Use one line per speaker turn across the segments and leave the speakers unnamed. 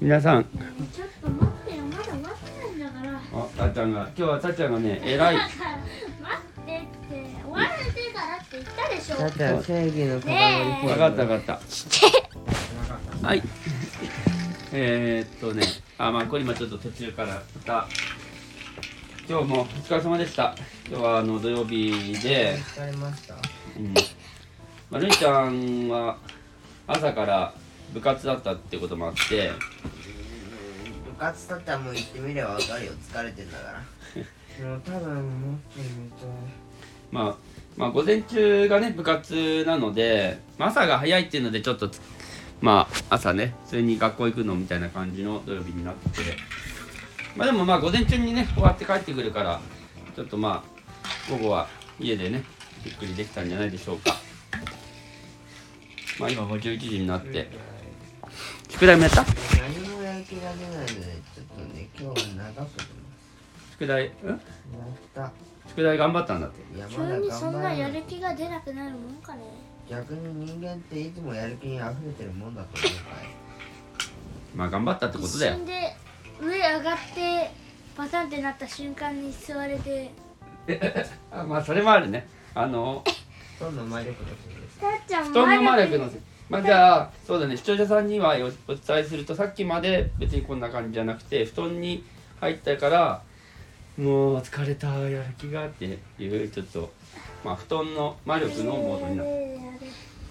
皆さん
ちょっと待ってよまだ終わってないんだからだ
あたっちゃんが今日はたっちゃんがね偉い
から待ってって終わらせてからって言ったでしょ
だったら正義の
ね
塊
分かった分かったはいえー、っとねあまあこれ今ちょっと途中からまた今日もお疲れ様でした今日はあの土曜日で、
疲れました
うんまあ、るいちゃんは朝から部活だったってこともあって
部活だったらもう言ってみればわかるよ疲れてんだからもう多分もっと寝たい
まあ、まあ午前中がね部活なので、まあ朝が早いっていうのでちょっとつまあ朝ね普通に学校行くのみたいな感じの土曜日になってまあでもまあ午前中にね終わって帰ってくるからちょっとまあ午後は家でねゆっくりできたんじゃないでしょうかまあ今もう11時になって宿題もやった
何もやる気が出ないのでちょっとね今日は長く
宿題うん
なった
宿題頑張ったんだって
山
急
だ
にそ
頑
んな
張
や
ら
る
ない
気が出なくなるもんかね
逆に人間っていつもやる気に溢れてるもんだと思うから
まあ頑張ったってこ
一
とだよ
瞬で上上がってパタンってなった瞬間に座れて
あまあそれもあるねあの
どんな魔力のせいです
たっちゃん
布団の魔力
に
のせいまあじゃあそうだね視聴者さんにはおお伝えするとさっきまで別にこんな感じじゃなくて布団に入ったからもう疲れたやる気がっていうちょっとまあ布団の魔力のモードになっ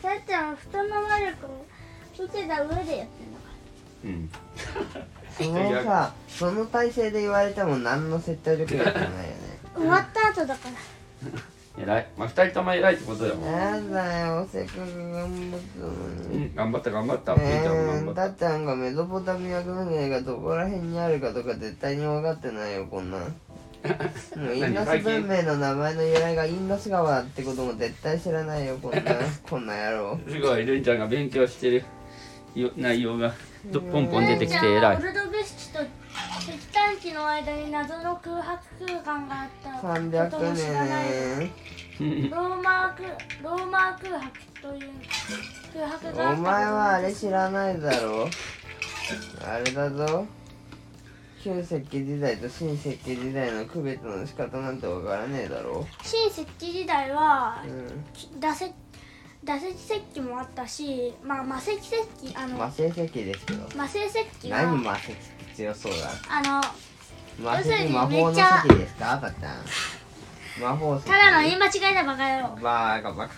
た
たっちゃんは布団の魔力を受けた上でやってんのか
うん
そのさその体勢で言われても何の説得力もないよね
終わった後だから
偉いまあ二人とも偉いってことだもん、
なんだよせっかく頑張ったの
う
に
ん、頑張った頑張った、ペイちゃんも
え
頑張
ー、
った
たっちゃんがメソポタミア文明がどこら辺にあるかとか絶対に分かってないよこんなんもうインダス文明の名前の由来がインダス川ってことも絶対知らないよこんなんこんな野郎
すごいルンちゃんが勉強してるよ内容がどポンポン出てきて偉
オ
い
ルドベスチと石炭機の間に謎の空白空間があったこと
300
も知らない
年
ローマ空ローマ空白という空白があったこと
お前はあれ知らないだろあれだぞ旧石器時代と新石器時代の区別の仕方なんて分からねえだろ
新石器時代は
うん
打石打石石器もあったしまあ魔石石器あの
魔石石器ですけど
魔石石器は
何魔石って強そうだ
あの
魔
要する
石
に
魔法の
めっちゃ
石ですかパターン魔法石
ただの言い間違いだバカ野郎
バーカバカ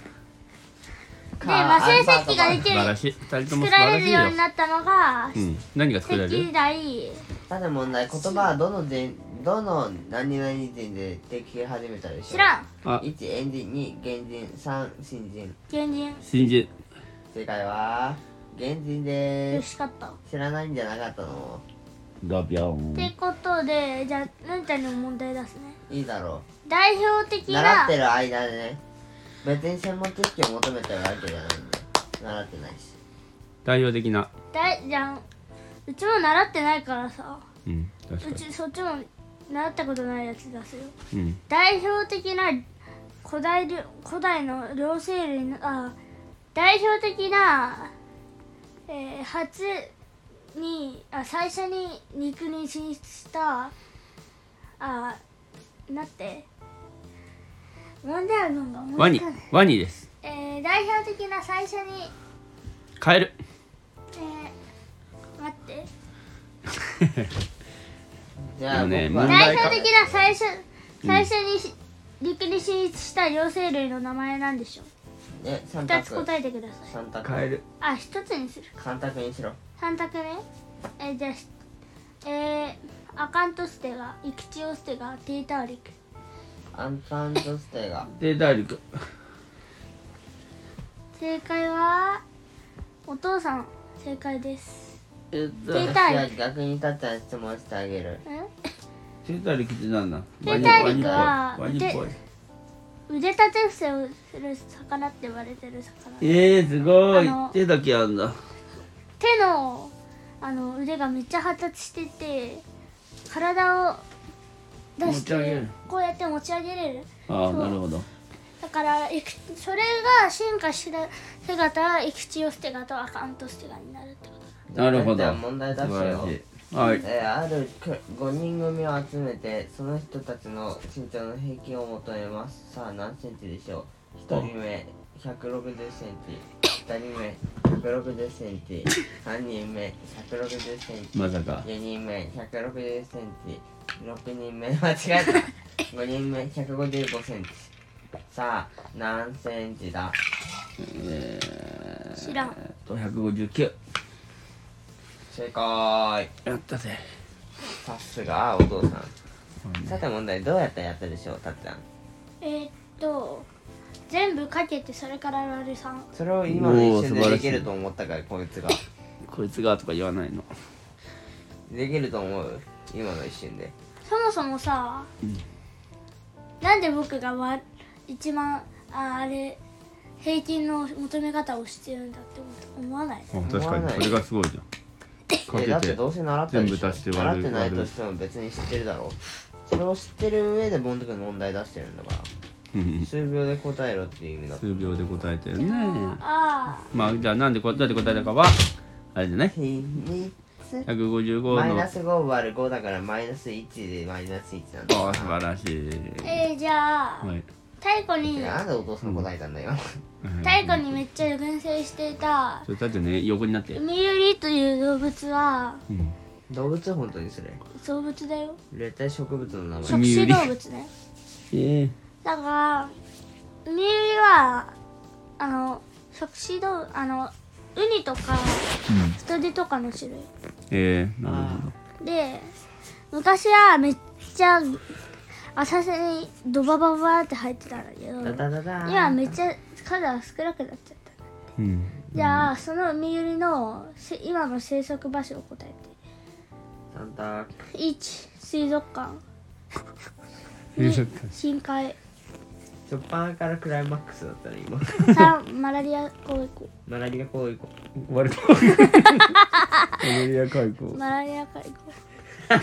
で魔石石器ができ
素
る
晴らしい二人とも素
作
晴
ら
ら
れ
し
る
い
よ
よ
うに、なったのが
う
石
ん、何が作られ
器
る
時代
ただ問題言葉はどのでどの何々人ででき始めたでしょ
知らん
あ
1円人2原人3新人
原人
新人
正解は原人で
よ
す
しかったっ
知らないんじゃなかったの
だびゃん
てことでじゃあルンちゃんにも問題出すね
いいだろ
代表的
う習
な
ってる間でね別に専門知識を求めてるわけじゃないんだよ習ってないし
代表的な
だいじゃんうちも習ってないからさ
うん確か
うちそっちも習ったことないやつ出すよ
にうん
代表的な古代りょ古代の両生類のあ代表的な、えー初にあ最初に陸に進出したあ待って問題文が思
ワ
い
ニ
つかない、
ワニです。
えー代表的な最初に、
カエル。
えー待って
じゃあ僕
でもね
は
問題
代表的な最初最初にし陸に進出した両生類の名前なんでしょう
ね三
2つ
択
答えてください
三択
カエル。
あ一つにする
三択にしろ
3択ねえーじゃあしえー、アカントステガイクチオステガテーターリク
アンタントステが
で、大陸。
正解はお父さん正解です
えっと
テータ
じゃ
ー
あ
リク
逆にたっちゃん質問してあげる
ん
で、大陸ってなんだ。
で大陸は
ワニっぽい。ワニっぽい
で腕立て伏せをする魚って言われてる魚
えー、すごい
あの。
手だけあんだ。
手のあの腕がめっちゃ発達してて体を出し
持ち上げ
て
る
こうやって持ち上げれる
ああ、
そう
なるほど。
だからエクそれが進化した姿エクチオステガとアカントステガになるってこと
なるほど
じゃあ問題出し
素
よ
晴らしいはい
えーあるく5人組を集めてその人たちの身長の平均を求めますさあ何センチでしょう1人目1 6 0ンチ2人目1 6 0ンチ3人目1 6 0ンチ
まさか
4人目1 6 0ンチ6人目間違えた5人目1 5 5ンチさあ何センチだ
えー、
知らん
えーっと159
正解
やったぜ
さすがお父さんさて問題どうやってやったでしょうたっちゃん
えーっと全部かけてそれから割る3
それを今の一瞬でできると思ったからこいつが
こいつがとか言わないの
できると思う今の一瞬で
そもそもさ、
うん
なんで僕がわ一番ああれ平均の求め方をしてるんだって思わない
あ
確かにそれ
がすごいじゃん
えだってどうせ習ったでし
全部
ょ
足して
習
割る
ってないとしても別に知ってるだろうそれを知ってる上でボンド君問題出してるんだから数秒で答えろっていう意味だ
数秒で答えてるね
あ
まあじゃあなんでこどうやって答えたかはあれじゃない
秘密
155の
マイナス5割る5だからマイナス1でマイナス1なんだ
ああ素晴らしい
あえー、じゃあ、
はい
太鼓に
なんでお父さん答えたんだよ
太鼓にめっちゃ群生していた
それだってね横になって
ウミユリという動物は
うん
動物本当にそれ
動物だよ
絶対植物の名前
ウ
食
ミユ
種
リ
動物ね
ええ
だからウミユリはあの食種動物あのウニとか人手とかの種類
ええなるほど
で昔はめっちゃ浅瀬にドバババって入ってたんだけど
ダダダダ
今めっちゃ数が少なくなっちゃった
うん
じゃあその海ユリのせ今の生息場所を答え
タンタン
て1水族館
水族館
深海
初っ端からクライマックスだったら今
3マラリア公育
マラリアこういこ
悪くエリア開口
マラリア海溝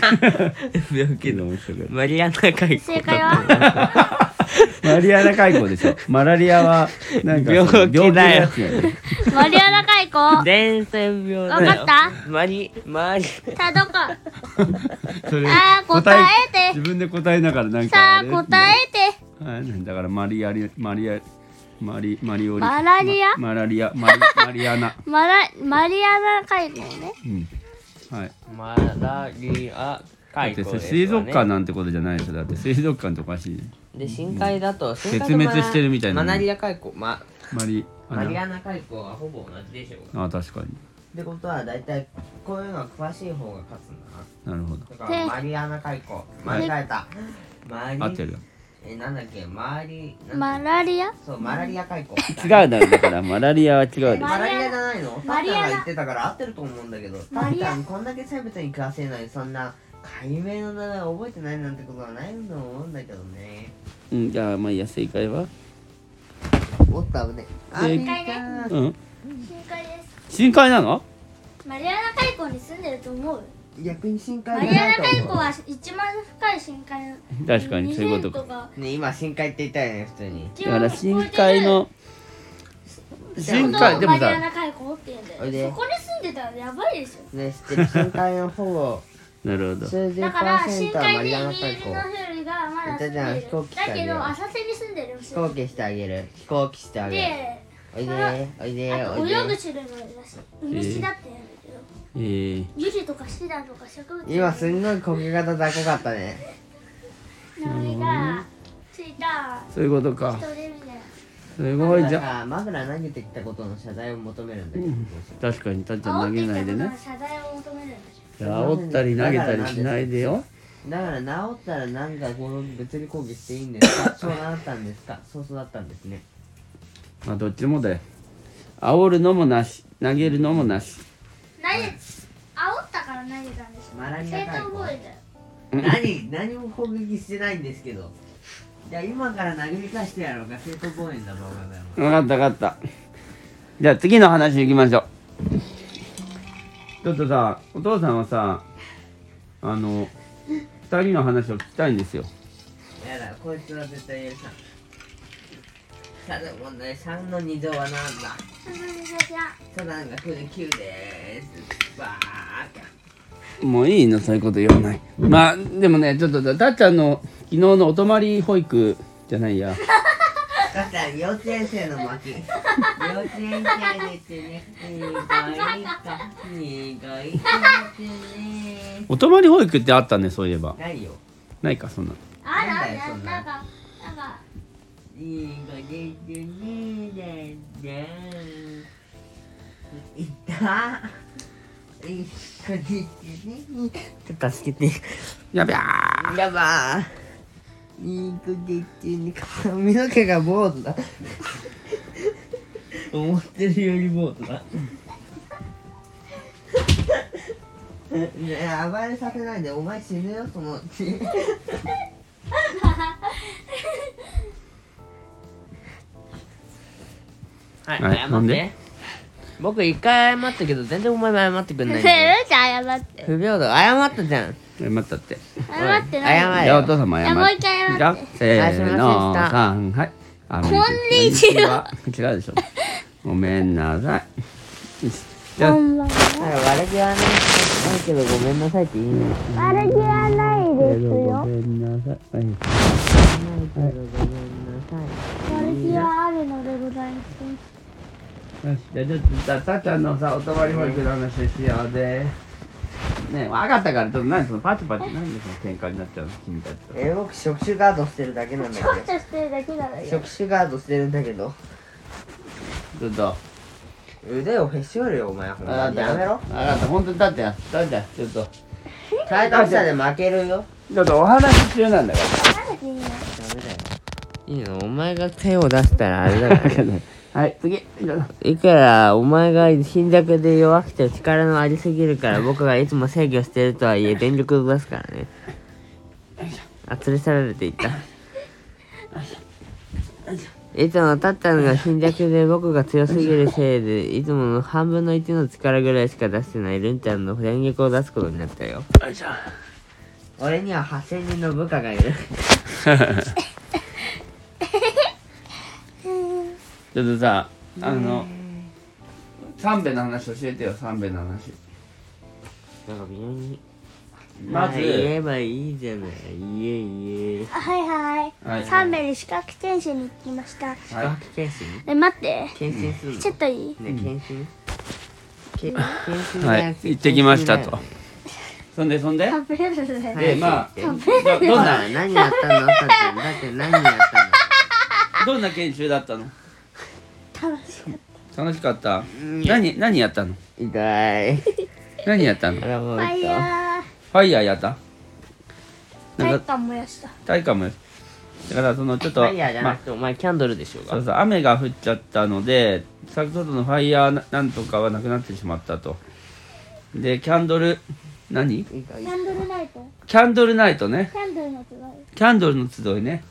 う病気
面白い
マリアナ海溝
正解は
マリアナ海溝でしょマラリアはなんかその
病気だ
病
よ
気のやつね
マリアナ海溝わ
伝染病だ
か
よ
った
マリマリ
さあどこ
それ
あー答えて
自分で答えながらなんか
さ
あ
あ
れ
答えて
あだからマリアリマリアマリマリオリ
マラリア
ママラリアマリマリアナ
マラマリアナ海溝ね
うんはい
マラリア
だっ
海
て
溝
そ
で
れ
すよね
水族館なんてことじゃないでしょだって水族館っておかしいね
で深海だと深海と
絶滅してるみたいな
マラリア海溝マ
マリア
マリ
ナ
アナ海溝はほぼ同じでしょうが
あ確かに
ってことは大体こういうのは詳しい方が勝つんだな
なるほど
だか
で
らマリアナ海溝間違えたマリ
合ってるよ
えなんだっけマリなんだっ
マラリア
けそうマラリア海溝
違うだろだからマラリアは違うで
マラ
マラ
リ
リ
ア
アじゃないのタ
マ
ン
リア
タ
だ
ンが言ってたから合ってると思うんだけど
マ
タン
リア
タンこんだけ生物に食わせないそんな解明の名前覚えてないなんてことはないと思うんだけどね
うんじゃあまあいいや正解は
おっと危ねあ
正
ピ
解ね
ン
うん
深海です
深海なの
マリアナ海溝に住んでると思う
ク逆に深
マ
海
リ
じゃ
アナ
ないと
海
思
溝
う
は一番深い深海の
確かにそういうことか
20か
ね今深海って言ったよね普通に
だから深海の深海で
で
も
もマリア
さ
ナ海溝って言うんだよ
おいで
そこに住んでたらやばいでしょ
ね知ってる深海のほぼ
なるほど
数十パ
だから
ーセン
深
トは
海
マ
に
リ
ビ
ア
ー
ナ
ル
海溝
の種類がまだ住ん
いたじゃん
で
飛行
る
機
だけ
来
ど
たよ
浅瀬に住んでる
飛行機してあげる飛行機してあげる
で
おいでおいで
あと
おい
泳ぐ
で
種類もいるらしい海シだってやるけど
えー、
ユリとかシダとか植物
今すんごい焦げ方だこかったね
名前がついた
そういうことか
人でみたいな
すごいじゃ
だ
ん
からマフラー投げてきたことの謝罪を求めるんだけど、
確かにたっちゃん
煽
投
って
げ
きた
ない
こ
で
と
ね
の謝罪を求めるんだ
煽ったり投げたりしないでよ
だから治ったらなんかこの物理攻撃していいんですかそうなったんですかそうそうだったんですね
まあどっちもだよ煽るのもなし投げるのもなし
投げ煽ったから投げたんですよ
マラリア
正
海
当
溝
覚えたよ
何何も攻撃してないんですけどじゃあ今から殴り返してやろうか正当防衛だろうがだよ
分かった分かったじゃあ次の話行きましょうちょっとさお父さんはさあの2人の話を聞きたいんですよ
やだこいつは絶対許さんただ問題3の2乗は何だサランが99でーすバーカ
もういいのそういうこと言わないまあでもねちょっとだだっちゃんの昨日のお泊まり保育じゃないや
だったら幼稚園生の巻幼稚園生ですね苦いか苦いですね
お泊まり保育ってあったねそういえば
ないよ
ないかそんなの
あるある
なんだよそんな
なんかなんか
いい子ですねだったいたいい子ですねちょっと助けて
やべゃ
やばーいい子ですね髪の毛が坊主だ思ってるより坊主だねえ暴れさせないでお前死ぬよそのうちはい、
はい
謝
な
っ
ん
て
で
僕一回謝ったけど全然お前も謝ってくん
フ
な
ェル
い
ち
んだよ
ゃん謝って
不平等謝ったじゃん
ー待ったって
謝って
謝
ない
れ
じゃあお父様謝
いや
る
もう一回謝って
じゃあせーの
あすいませんでした
さんはいあ
こんにちは
こんにちは違うでしょごめんなさいじゃ
こ
あ
んばんは
はい、悪気はないないけどごめんなさいって言いな
悪気はないです
ご
よ
めんなさいはい
ないけどごめんなさい。
悪気はあるのでございます
よしじゃあちょっとさたっちゃんのさお泊まり保育の話しようぜねえ分かったからちょっと何そのパチパチ何でその喧嘩になっちゃうの君たちと
えー、僕、職種ガードしてるだけなんだけ
ちょっとしてるだけなの
ど。
よ
職種ガードしてるんだけど。
ちょっと
腕をへし折るよ、お前。ほんま
あ
に
だ
や
や
め
めろ
ろ。
分かった本当にだってやだってやちょっと
対談者で負けるよ。
ちょっとお話し中なんだか
なんだっけ今
ダメだよ。いいの、お前が手を出したらあれだ
ら
か ら。
はい次ちょっと
いくらお前が貧弱で弱くて力のありすぎるから僕がいつも制御してるとはいえ全力を出すからね。あ、連れ去られていった。いつもたったのが貧弱で僕が強すぎるせいでいつもの半分の1の力ぐらいしか出してないルンちゃんの電撃を出すことになったよ。
よいしょ
俺には8000人の部下がいる。
ちょっとさあの三兵衛の話教えてよ三兵衛の話
なんか微妙に。
まず
あ言えばいいじゃない。言え言え。
あはいは
はいい
3名で資格検診に行きました
はい
学研修
え待って
検診するの
ちょっといい
ね、研修。け研修だ
は
よ
い行ってきましたと
研修
そんでそんで
食べれるね
はい
でまあど
だよ
ど
ほ
んな
ら、何やったの、さっちゃん、だって、何やったの。
どんな研修だったの
楽しかっ
楽しかった
ん
何何やったの
痛い。
何やったの
あ
フ
ら、も
たフ
う
ァイ
痛
ヤ
ァイヤーやった
ー
なん
体
か
育館燃やした
体感もだからそのちょっ
い。フ
と
ァイヤーじゃ
ま
な
あ
くて、お前キャンドルでしょう
そう
が。
そう雨が降っちゃったので先ほどのファイヤーななんとかはなくなってしまったとでキャンドル何
いいか、
キ
いい
ャ
か
ンドルナイト
キャンドルナイトね
キャンドルのつがい
キャンドルの集いね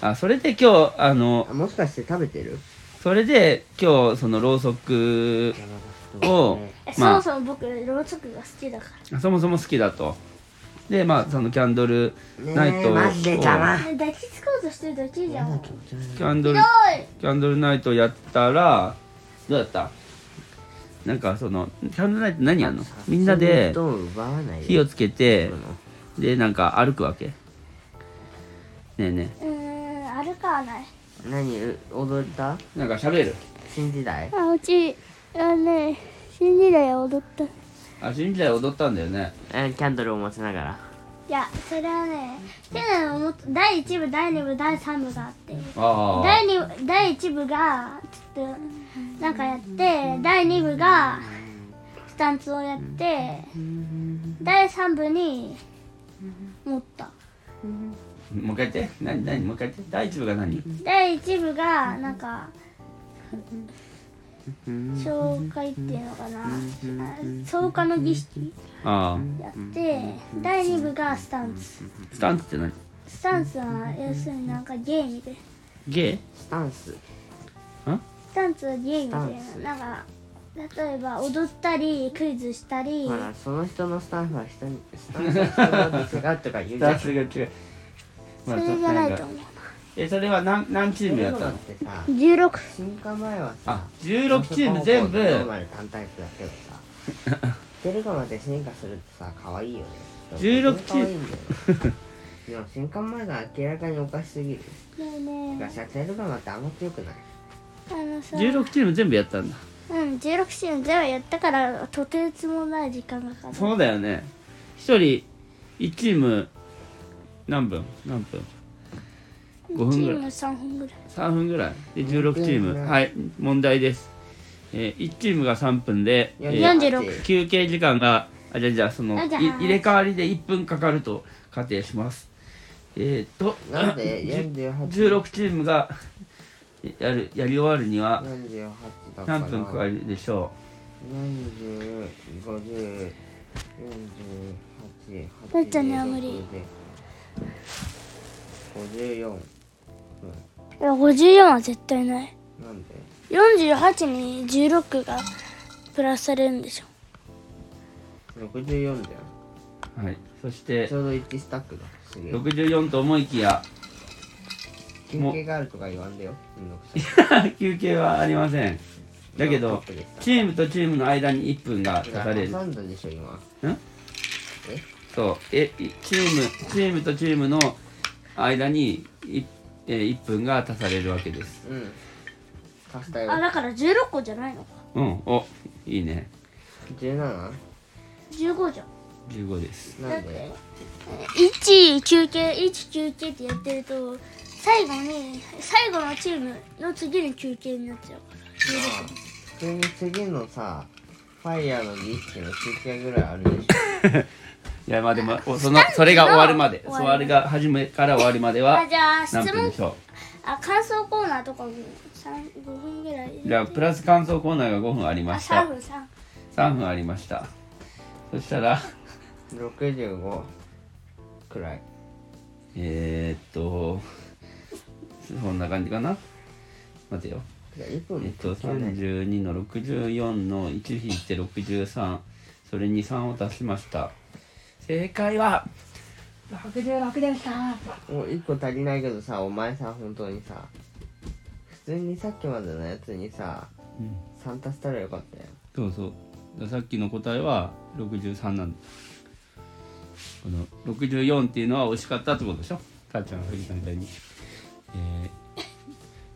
あそれで今日あの
あもしかして、食べてる。
それで今日そのろうそくを
えそ
ま
も
あ
そも僕ろうそくが好きだか
そもそも好きだとでまあそのキャンドルナイ
ね
ト
え
を
マジで邪魔
ら。え抱きつこうとしてるだけじゃんひ
キャンドル
どい
キャンドルナイトやったらどうだったなんかそのキャンドルナイト何やんのみんなで
布団を奪わないで
火をつけて
その
でなんか歩くわけねえね
うーん歩かない
何、う踊った。
えなんか喋る
新時代。
あうちあね新時代踊ったい
あ新時代踊ったんだよね
え、キャンドルを持ちながら。
やそれはね去年もっと第1部第2部第3部があって
ああ
第二部第1部がちょっとなんかやって第2部がスタンツをやって第3部に持った
もう一回言って何何もう一回言って第一部が何
第1部がなんか紹介っていうのかなあ草加の儀式
ああ
やって第2部がスタンツ
スタンツって何
スタンツは要するになんかゲームで
ゲ
スタンス。
スタンツはゲーム
スタンツ
でなんか例えば踊ったりクイズしたり
ほら、その人のスタンスは人に、スタンスは人のですがとか言
イ
うじゃん。
が違う
それじゃないと思う
い
えそれは何何チームやった
だっ
の
てさ
16
進化前はさ
あ16チーム全部
パソコンポートまで単体プだけどさテレカまで進化するってさ可愛いよね
16
可愛いんだよねでも進化前が明らかにおかしすぎる
ねえね
ガシャテレカマってあんま強くない
えあのさ
16チーム全部やったんだ
うん16チーム全部やったからとてつもない時間がかかる
そうだよね一人1チーム何分何分5分ぐらい
チーム3分ぐらい
3分ぐらいで16チームはい問題です、えー、1チームが3分で、えー
46
休憩時間があじゃあじゃあその
あ
い
じゃあ
入れ替わりで1分かかると仮定しますえっ、と
な んで
じ
48
16チームがやるやり終わるには
48だから
何分かかるでしょ
40、50、48、
だったねあんまり
54、
いや54は絶対ない
うん、なんで
48に16がプラスされるんでしょ
64だよ
うはいそして
ちょうど1スタックだすげえ
64と思いきや
休憩があるとか言わんだよめんどくさい
休憩はありません だけど
今カップでした
チームとチームの間に1分が足される
挟んだでしょ今
そうえいチームチームとチームの間にいえー1分が足されるわけです
うん足したよ
あだから16個じゃないのか
うんおいいね
17? な
15じゃん
15です
だっ
ん
て
で
1休憩1休憩ってやってると最後に最後のチームの次に休憩になっちゃう
まあ普通に次のさファイヤーの儀式の休憩ぐらいあるでしょ
いやまあでもおそのそれが終わるまで
終わ
そ
る
れが始めから終わるまで
あ
は
じゃあ質
何分
問
でしょ
あ感想コーナーとかも三五分ぐらい入れ
う
て
じゃあプラス感想コーナーが5分あり
あ
まし
3
た
分3
3分ありましたそしたら
65くらい
えー、っとそんな感じかな待てよ
いや1分
えっと、
もない
32の64の1引いて63それに3を足しました正解は66でした
もう1個足りないけどさお前さ本当にさ普通にさっきまでのやつにさ
うん
3足したらよかったよ
そうそうだからさっきの答えは63なんだこの64っていうのは惜しかったってことでしょたーちゃん藤田みたいにえ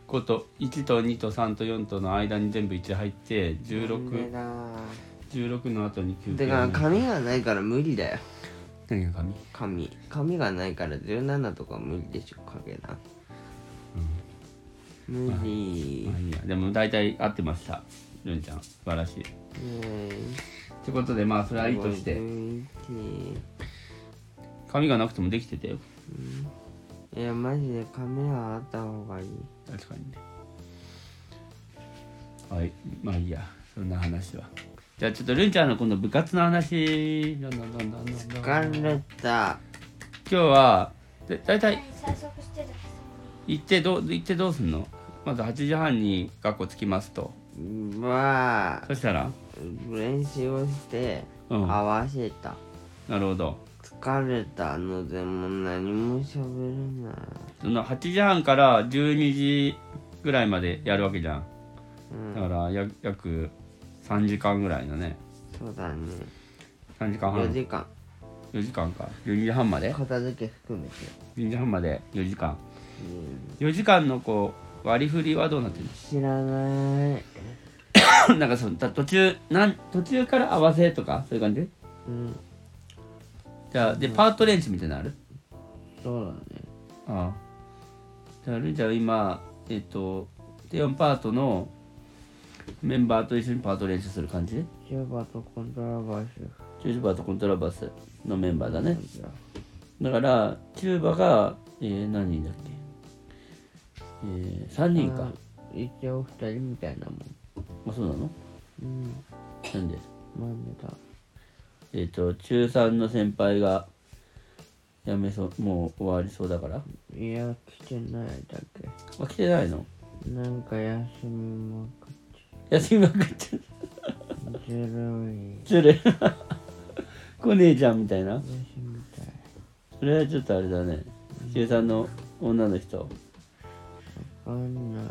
ー、5と1と2と3と4との間に全部1入って
なんで
1616
だ
の後に9
てか紙がないから無理だよ
何が紙
紙紙がないから17とか無理でしょ影な、無理、
まあいいやでも大体合ってましたるんちゃん素晴らしいということでまあそれはいいとして
51
紙がなくてもできてたよ
いやマジで紙はあった方がいい
確かにねはいまあいいやそんな話はじゃあちょっとるんちゃんの今度部活の話どんどんどんどんどんどん今
疲れた
日はだ大体
最速して
行ってどう行ってどうすんのまず8時半に学校着きますと
まあ
そしたら
練習をして
うん
合わせた、
なるほど
疲れたのでもう何も喋れない
その8時半から12時ぐらいまでやるわけじゃん
うん
だからや約3時間ぐらいのね
そうだね
3時間半
4時間
4時間か4時半まで
片付け含めて
4時半まで4時間
うん
4時間のこう割り振りはどうなってる
知らない
の なんかそのた途中なん途中から合わせとかそういう感じ
うん
じゃあでパート練習みたいなのある
そうだね
ああじゃあルイちゃんは今えっとテオンパートのメンバーと一緒にパート練習する感じ
キューバとコントラバーシ
チューバーとコントラバスのメンバーだね
ュじゃ
だからキューバが、えー何人だっけ、えー、3人か、
一応二人みたいなもん
あそうなの
うん
なんで
なんでだ
えっ、と中3の先輩が辞めそうもう終わりそうだから
いや来てないだ
あ来てないの
けなんか休みまくっ
休みまくっちゃう
てずるい
ずるい 来ねえじゃんみたいな
休みたい
それはちょっとあれだね中3の女の人
かんない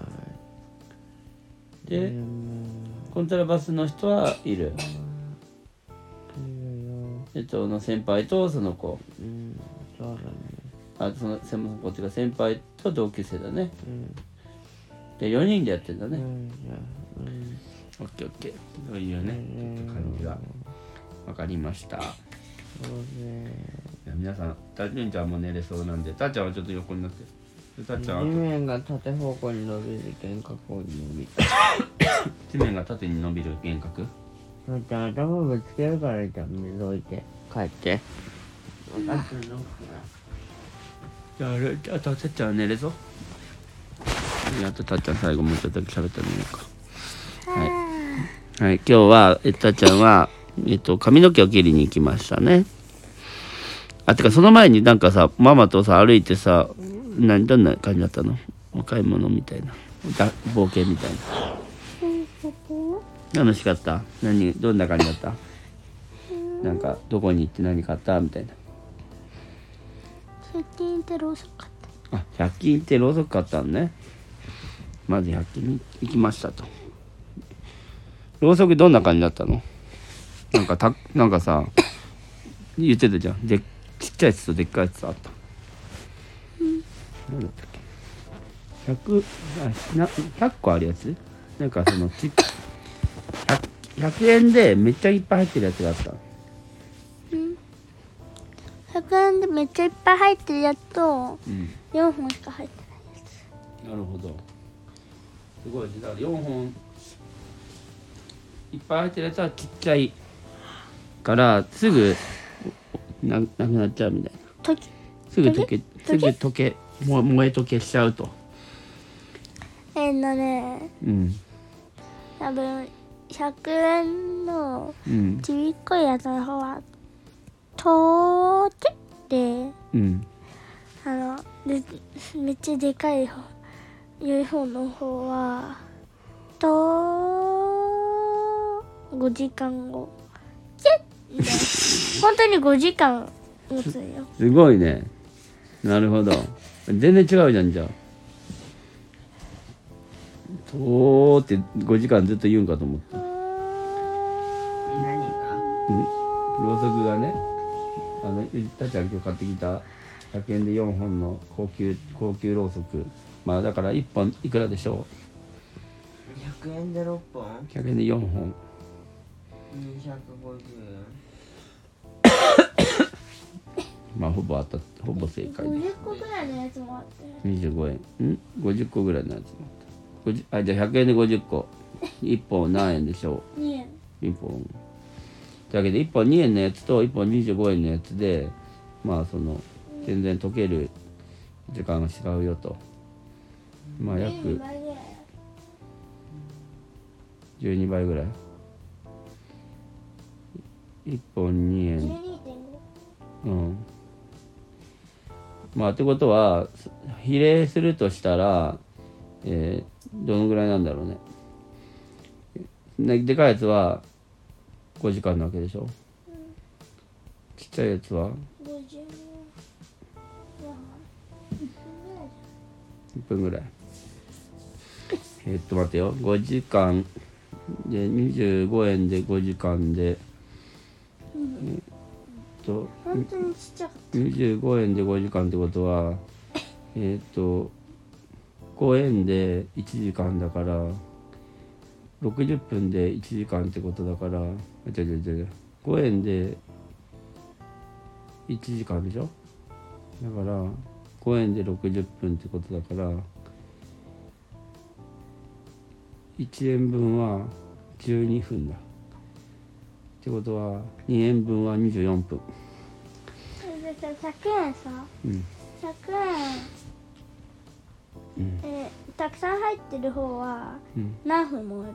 で
でも
コントラバスの人はいる
いるよ
えっとの先輩とその子
うんそうだね
あそのその子っていうか先輩と同級生だね
うん
で4人でやってんだ
う
ね、
んじゃあうん
オッケーオッケーそういうねちょっと感じが分かりましたい
そうね
や皆さんたちゅんちゃんも寝れそうなんでたっちゃんはちょっと横になってでたっちゃん
地
は
面が縦方向に伸びる幻覚を伸びる
地面が縦に伸びる幻覚
だって頭ぶつけるからじゃん覗いて帰って
あっじゃああれあとたっちゃんは寝れそうあとたっちゃん最後もうちょっとだけ喋ってみようかはい、今日はえったっちゃんは、えっと、髪の毛を切りに行きましたね。あてかその前になんかさママとさ歩いてさ何どんな感じだったのお買い物みたいなだ冒険みたいな楽しかった何どんな感じだったなんかどこに行って何買ったみたいな
100均ってろうそく買っ
あ100均行ってろうそく買ったのねまず100均に行きましたとろうそくどんな感じだったのなんかたなんかさ言ってたじゃんでちっちゃいやつとでっかいやつあった、なんだったっけ100あな100個あるやつなんかそのち 100, 100円でめっちゃいっぱい入ってるやつがあった
た100円でめっちゃいっぱい入ってるやつと
うん
4本しか入ってないやつ
なるほどすごいねだから4本いっぱい入ってるやつはちっちゃいからすぐななくなっちゃうみたいな
とき
すぐ溶けす
溶
ぐ
け
溶けも燃え溶けしちゃうと
えーのね
うん
多分100円の
うん
ちびっこいやつの方はとーけって
うん
あのでめっちゃでかい方良い方の方はとー5時間後けっみたいな本当に5時間持つよ
すごいねなるほど全然違うじゃんじゃあ「とー」って5時間ずっと言うんかと思った
何が
ろうそくがねあのゆったちゃん今日買ってきた100円で4本の高級高級ろうそくまあだから1本いくらでしょ
?100 円で6本
う100円で4本
?250
まあほぼ当たっほぼ正解
50個ぐらいのやつもあって
25円ん50個ぐらいのやつ50あじゃあ100円で50個1本何円でしょ
2円
う1本というわけで1本2円のやつと1本25円のやつでまあその全然溶ける時間が違うよとまあ約
2倍ぐらい
12倍ぐらい1本2円
12.5
うんまあってことはす比例するとしたら、えーどのぐらいなんだろうねねでかいやつは5時間なわけでしょちっちゃいやつは
50
1分ぐらいえーっと待ってよ5時間で25円で5時間で、えーっと
本当にちっちゃかっ
25円で5時間ってことはえっ、と5円で1時間だから60分で1時間ってことだからあ違う違う違う5円で1時間でしょだから5円で60分ってことだから1円分は12分だってことは2円分は24分
たでさ100円さ
うん
100円、
うん
えーたくさん入ってる方は
うん
何分もあ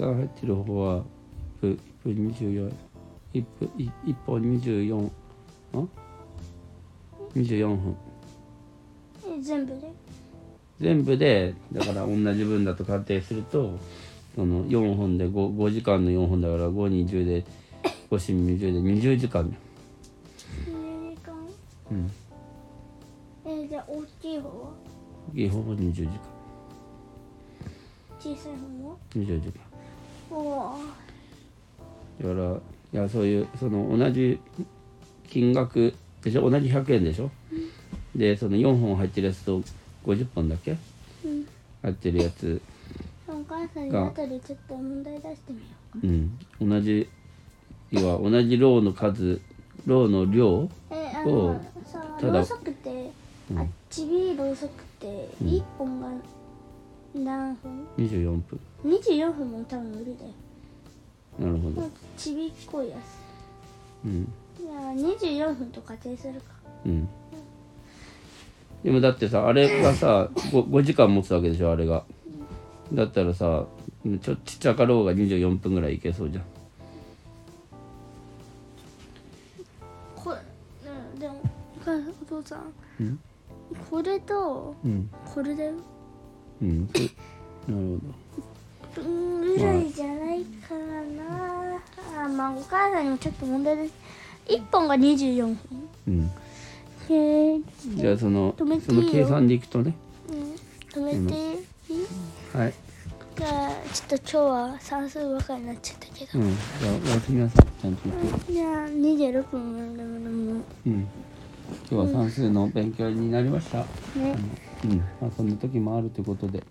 る
が入ってる方は1分24 1分い1本24ん24分
えー全部で
全部でだから同じ分だと仮定するとその4本で 5, 5時間の4本だから520で520で20時間
12時間
うん
えーじゃあ大きい方は
大きい方も20時間
小さい方も
20時間
おお
だからいやそういうその同じ金額でしょ同じ100円でしょ、でその4本入ってるやつと50本だっけ、
ん
入ってるやつ、
お母さんに後でちょっと問題出してみよ
うん、同じ要は同じローの数ローの量
うえあ
おう
のさ
ただ
ろうそくって
うん
あっちびろうそくって1本が何分
24分
?24 分も多分無理だよ
なるほど、
ちびっこいや
うん
ついや24分と仮定するか
うんでもだってさあれがさ 5, 5時間持つわけでしょあれがだったらさちょちっちゃかろうが24分ぐらいいけそうじゃん
こうんでもお母さんお父さん
うん
これと
うん
これだよ
うんそなるほど
うんぐらいじゃないからなあまあお母さんにもちょっと問題です1本が24分
うん
へえ
じゃあその
止めて
そ
いいよ
の計算でいくとね
止めていい
はい、
じゃあちょっと今日は算数ばかりになっちゃったけ
う
ど、
ん、じゃあおやすみなさいちゃんと見て
じゃあ26分でもでも
うん今日は算数の勉強になりました
ね、
うん、まあ、そんな時もあるということで